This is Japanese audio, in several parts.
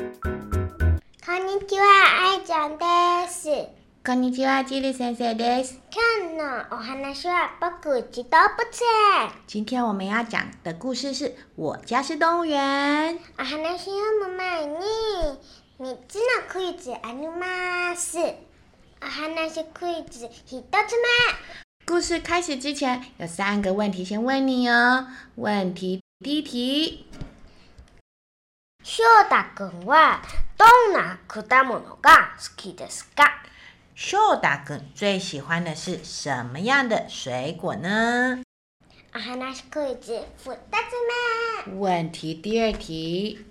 こんにちは、あいちゃんです。こんにちは、ジリ先生です。今日のお話は僕ち動物園。今天我们要讲的故事是我家是动物园。お話読む前に3つのクイズあります。お話クイズ1つ故事开始之前，有三个问题先问你哦。问题第一题，目。翔太くんはどんな果物が好きですか秀达哥最喜欢的是什么样的水果呢？お話クイズ2つ目。问题第二题，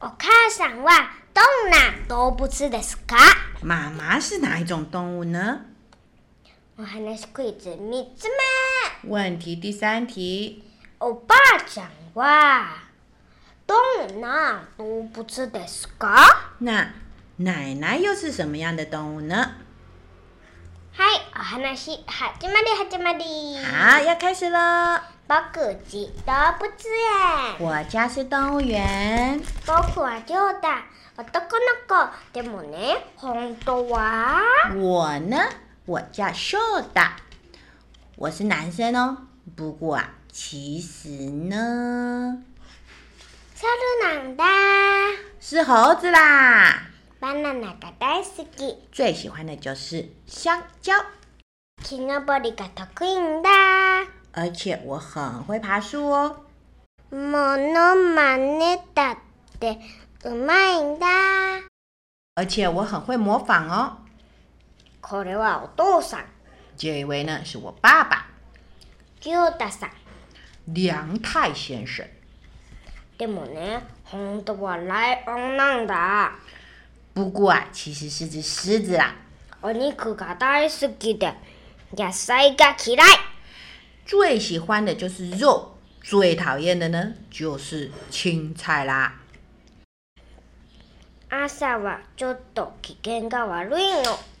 お母さんはどんな動物ですか妈妈是哪一种动物呢？お話クイズ3つ目。问题第三题，おばあちゃんはどんな動物ですかは那奶奶又是什么样的动物呢？い、お話始まり始まり。好，啊要开始喽！僕ち動物園。我家是动物园，僕はジョーダン、男の子。でもね、本当は我呢，我叫秀达，我是男生哦。不过啊，其实呢，猿なんだ。是猴子啦。バナナが大好き。最喜欢的就是香蕉，木登りが得意んだ。而且我很会爬树哦。ものまねだってうまいんだ。而且我很会模仿哦。これはお父さん。这一位呢是我爸爸ジョーダさん。梁太先生，でもね、本当はライオンなんだ。不过啊，其实是只狮子啦。お肉が大好きで、野菜が嫌い。最喜欢的就是肉，最讨厌的呢就是青菜啦。朝はちょっと機嫌が悪い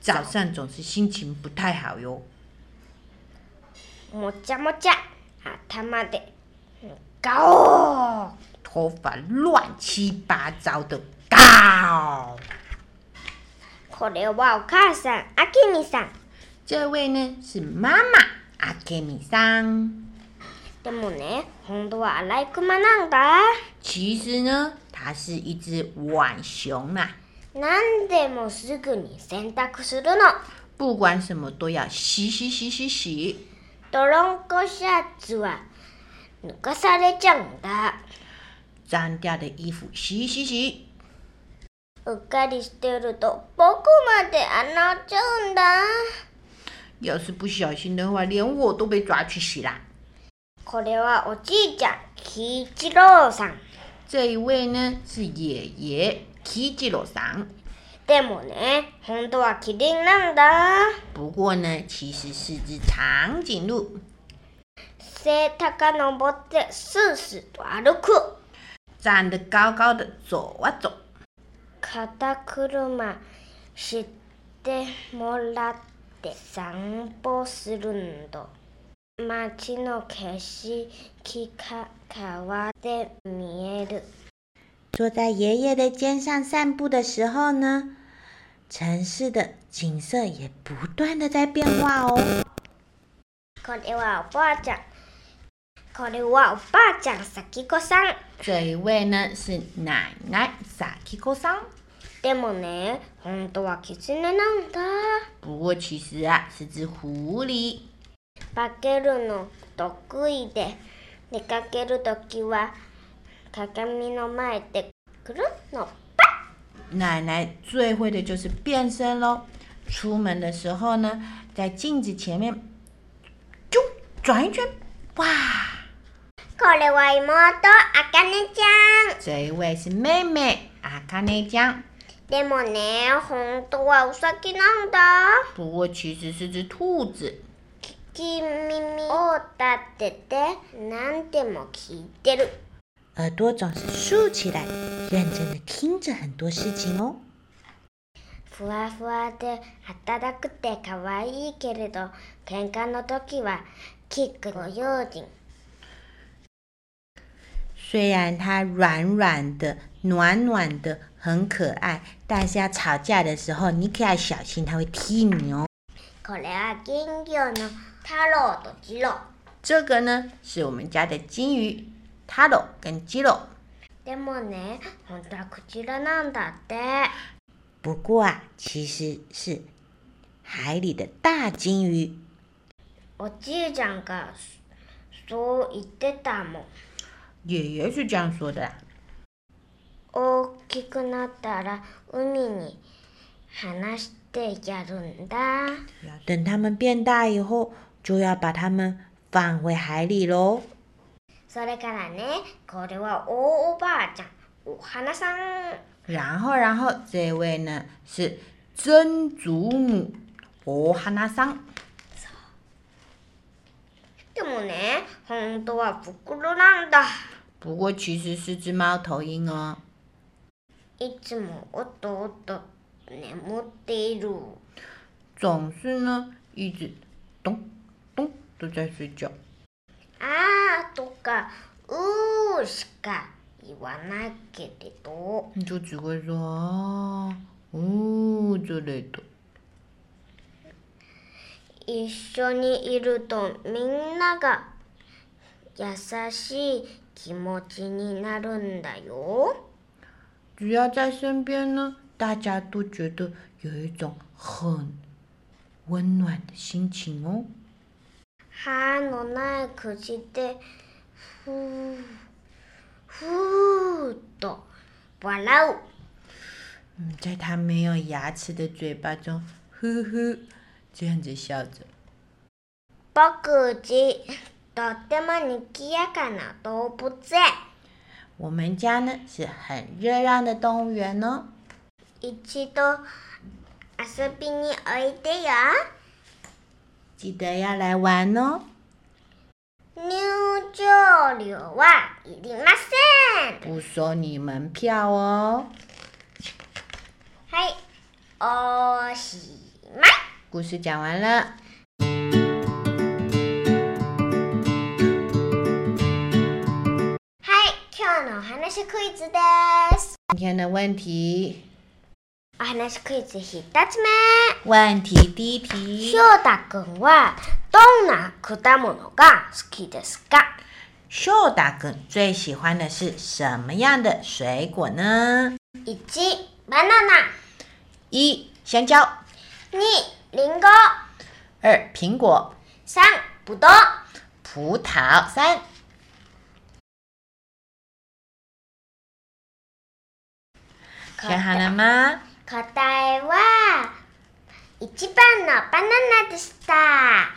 早上总是心情不太好哟。の。もちゃもちゃ。頭で。ガオー头发乱七八糟的，高。これはお母さん、あきみさん。这位呢是妈妈阿基米桑。でもね、本当はアライクマなんだ。其实呢，它是一只浣熊啊啦、何でもすぐに洗濯するの。不管什么都要洗洗洗洗洗。泥んこシャツは抜かされちゃうんだ。脏掉的衣服洗洗洗，うっかりしてると僕まで穴っちゃうんだ要是不小心的话，连我都被抓去洗啦。これはおじいちゃん喜一郎さん这一位呢是爷爷 Kijiro 桑，でもね本当はキリンなんだ不过呢其实是只长颈鹿。背高登ってスースーと歩く站得高高的，走啊走。肩車してもらって散歩するんだ街の景色が変わって見える坐在爷爷的肩上散步的时候呢，城市的景色也不断的在变化哦。これはおばあちゃん。これはおばあちゃん、さきこさん。这一位呢是奶奶萨基科桑，でもね、本当はキツネなんだ。不过其实啊是只狐狸。化けるの得意で、出かけるときは鏡の前でくるっのぱ。奶奶最会的就是变身喽。出门的时候呢，在镜子前面就转一圈，哇！これは妹、あかねちゃん。这一位是妹妹阿卡内江，でもね、本当はウサギなんだ。不过其实是只兔子。聞き耳を立てて何でも聞いてる。耳朵总是竖起来，认真的听着很多事情哦。ふわふわで暖くて可愛いけれど、喧嘩の時はキックご用心。虽然它软软的、暖暖的，很可爱，但是要吵架的时候，你可要小心，它会踢你哦。これは金魚の太郎とジロー。这个呢，是我们家的金鱼 Taro 跟 Jiro。でもね、本当はクジラなんだって。不过啊，其实是海里的大金鱼。おじいちゃんがそそう言ってたもん。爷爷是这样说的啦。大きくなったら海に放してやるんだ。等它们变大以后，就要把它们放回海里喽。それからね、これは大おばあちゃん、お花さん。然后，然后这位呢是曾祖母哦哈那桑。でもね、本当は袋なんだ。不过其实是只猫头鹰哦。いつもおっとおっと眠っている。总是呢一直咚咚都在睡觉。あーとか、うーしか言わないけれど。你就只会说啊哦之类的。一緒にいるとみんなが優しい気持ちになるんだよ。只要在身边呢，大家都觉得有一种很温暖的心情哦。歯のない口でふうふうと笑う。嗯，在它没有牙齿的嘴巴中，呼呼，这样子笑着。僕ちとってもにぎやかな動物園。我们家呢是很热闹的动物园哦。一度遊びにおいでよ。记得要来玩哦。入場料はいりません。不收你门票哦。はい、おしまい。故事讲完了。はい、今日のお話クイズです。今天的问题，お話クイズ一つ目。问题第一题，翔太くんはどんな果物が好きですか秀达哥最喜欢的是什么样的水果呢？ ?1、バナナ。一香蕉， 2、リンゴ。二苹果， 3、ぶどう。葡萄，三选好了吗？答えは1番のバナナでした。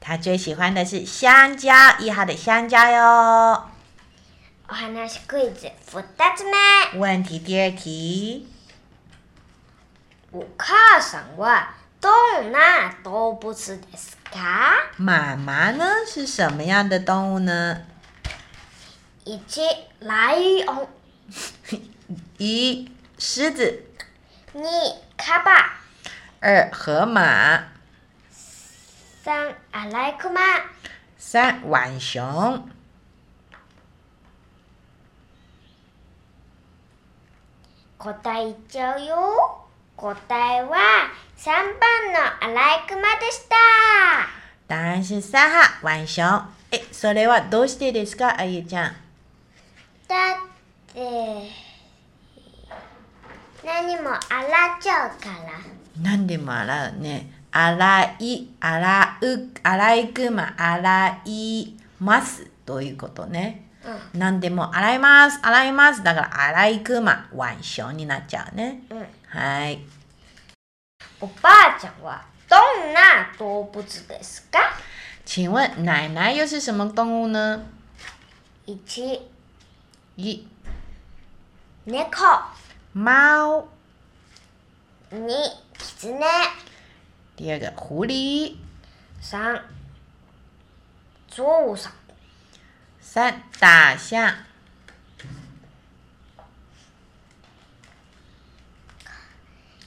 他最喜欢的是香蕉，一号的香蕉哟。お話クイズ2つ目。问题第二题，お母さんはどんな動物ですか妈妈呢是什么样的动物呢？ 1ライオン一狮子， 2カバ二河马， 3アライクマ三浣熊。答え言っちゃうよ答えは3番のアライクマでした当然是三号浣熊。哎，それはどうしてですか、あゆちゃん？だって何も洗っちゃうからなんでも洗うね。洗い、洗う、洗いくま、洗います。ということね。なんでも洗います、洗います。だから、洗いくま、浣熊になっちゃうね。うん、うん、はい。おばあちゃんはどんな動物ですか请问奶奶又是什么动物呢？ 1い、猫猫。 2キツネ第二个狐狸。 3ゾウさん三大象。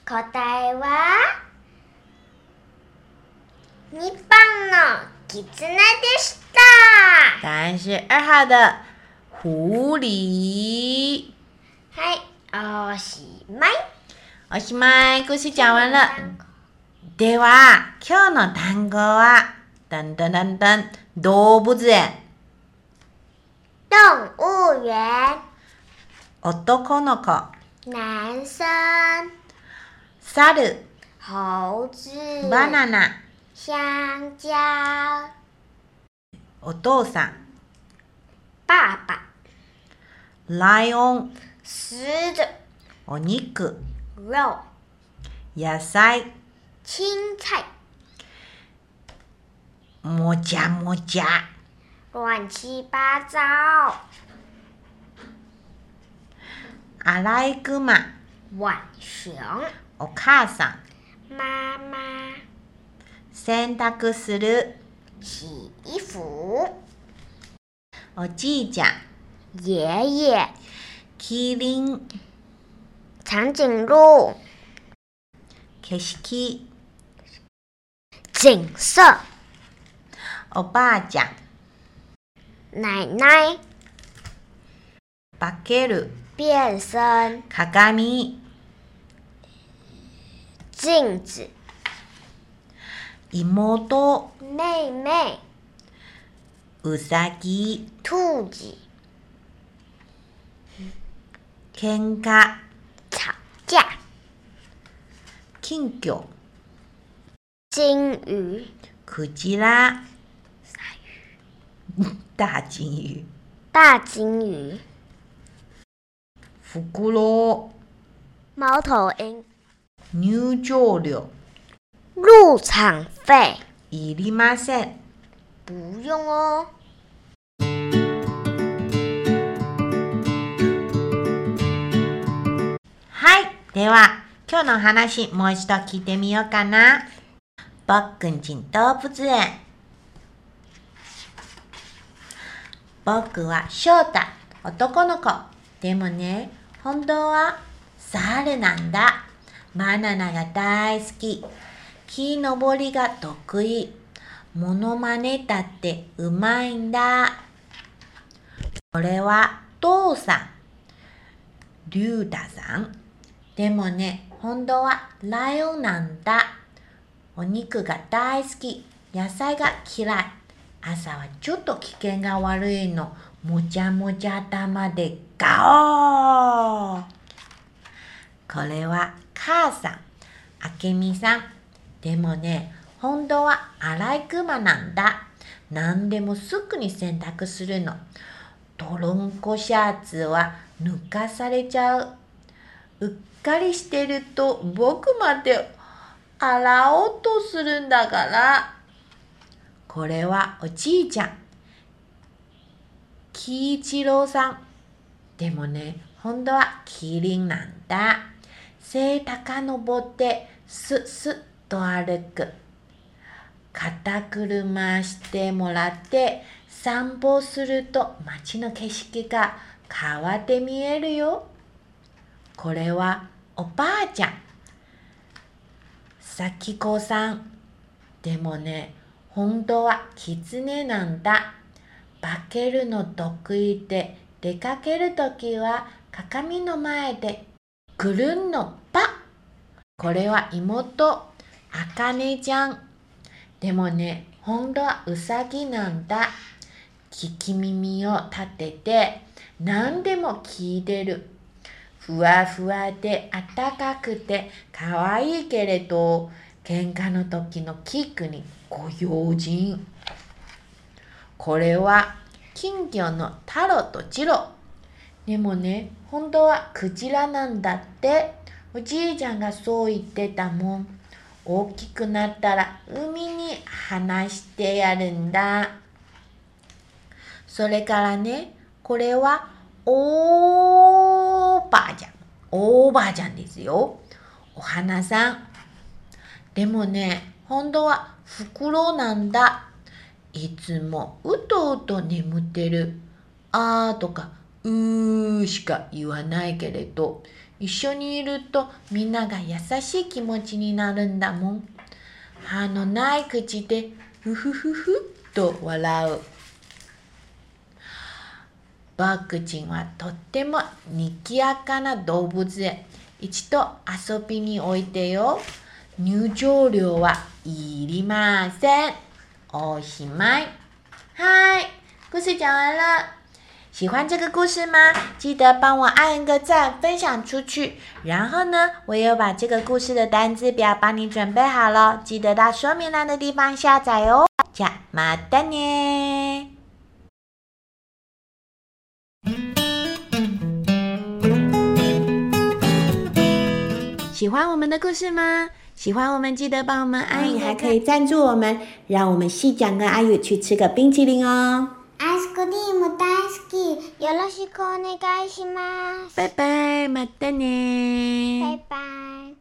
答えは2番のキツネでした答案是二号的狐狸。はいおしまいおしまい，故事讲完了。では、今日の単語は、だんだんだんだん、動物園。動物園男の子、男生猿、猴子バナナ、香蕉お父さん、爸爸ライオン、狮子お肉、肉野菜、青菜もじゃもじゃ、乱七八糟アライグマ、浣熊お母さん、妈妈洗濯する、洗衣服おじいちゃん、爷爷キリン、长颈鹿景色、景色おばあちゃん、奶奶化ける、变身鏡、镜子妹、妹妹うさぎ、兔子喧嘩、吵架金魚、金鱼クジラ、大金鱼、大金鱼フクロ猫头鹰ウ、入場料、入场费いりません。不用哦。はい、では今日のお話もう一度聞いてみようかな。ぼっくんちん動物園。僕は翔太、男の子。でもね、本当は猿なんだ。バナナが大好き。木登りが得意。モノマネだってうまいんだ。これは父さん、龍太さん。でもね、本当はライオンなんだ。お肉が大好き、野菜が嫌い。朝はちょっと危険が悪いの。もちゃもちゃ頭でガオーこれは母さん、あけみさん。でもね、本当はアライグマなんだ。何でもすぐに洗濯するの。トロンコシャツは抜かされちゃう。うっかりしてると僕まで洗おうとするんだから。これはおじいちゃん。喜一郎さん。でもね、本当はキリンなんだ。背高登ってスッスッと歩く。肩車してもらって散歩すると街の景色が変わって見えるよ。これはおばあちゃん。さきこさん。でもね、本当はキツネなんだ。化けるの得意で、出かけるときは鏡の前で、くるんのぱ。これは妹、あかねちゃん。でもね、本当はうさぎなんだ。聞き耳を立てて、何でも聞いてる。ふわふわで暖かくて可愛いけれど喧嘩の時のキックにご用心これは金魚のタロとジロでもね本当はクジラなんだっておじいちゃんがそう言ってたもん大きくなったら海に放してやるんだそれからねこれはおばあちゃん。おばあちゃんですよ。お花さん。でもね、本当は袋なんだ。いつもうとうと眠ってる。あーとかうーしか言わないけれど、一緒にいるとみんなが優しい気持ちになるんだもん。歯のない口でふふふふっと笑う。バークチンはとってもにぎやかな動物園。一度遊びにおいでよ。入場料はいりません。おしまい。嗨，故事讲完了。喜欢这个故事吗？记得帮我按一个赞，分享出去。然后呢，我也有把这个故事的单字表帮你准备好了，记得到说明栏的地方下载哦。じゃあまたね。喜欢我们的故事吗？喜欢我们记得帮我们按一个还可赞以赞助我们，让我们细讲跟阿宇去吃个冰淇淋哦。アイスクリーム大好き。よろしくお願いします。拜拜，马丹尼。バイバイ。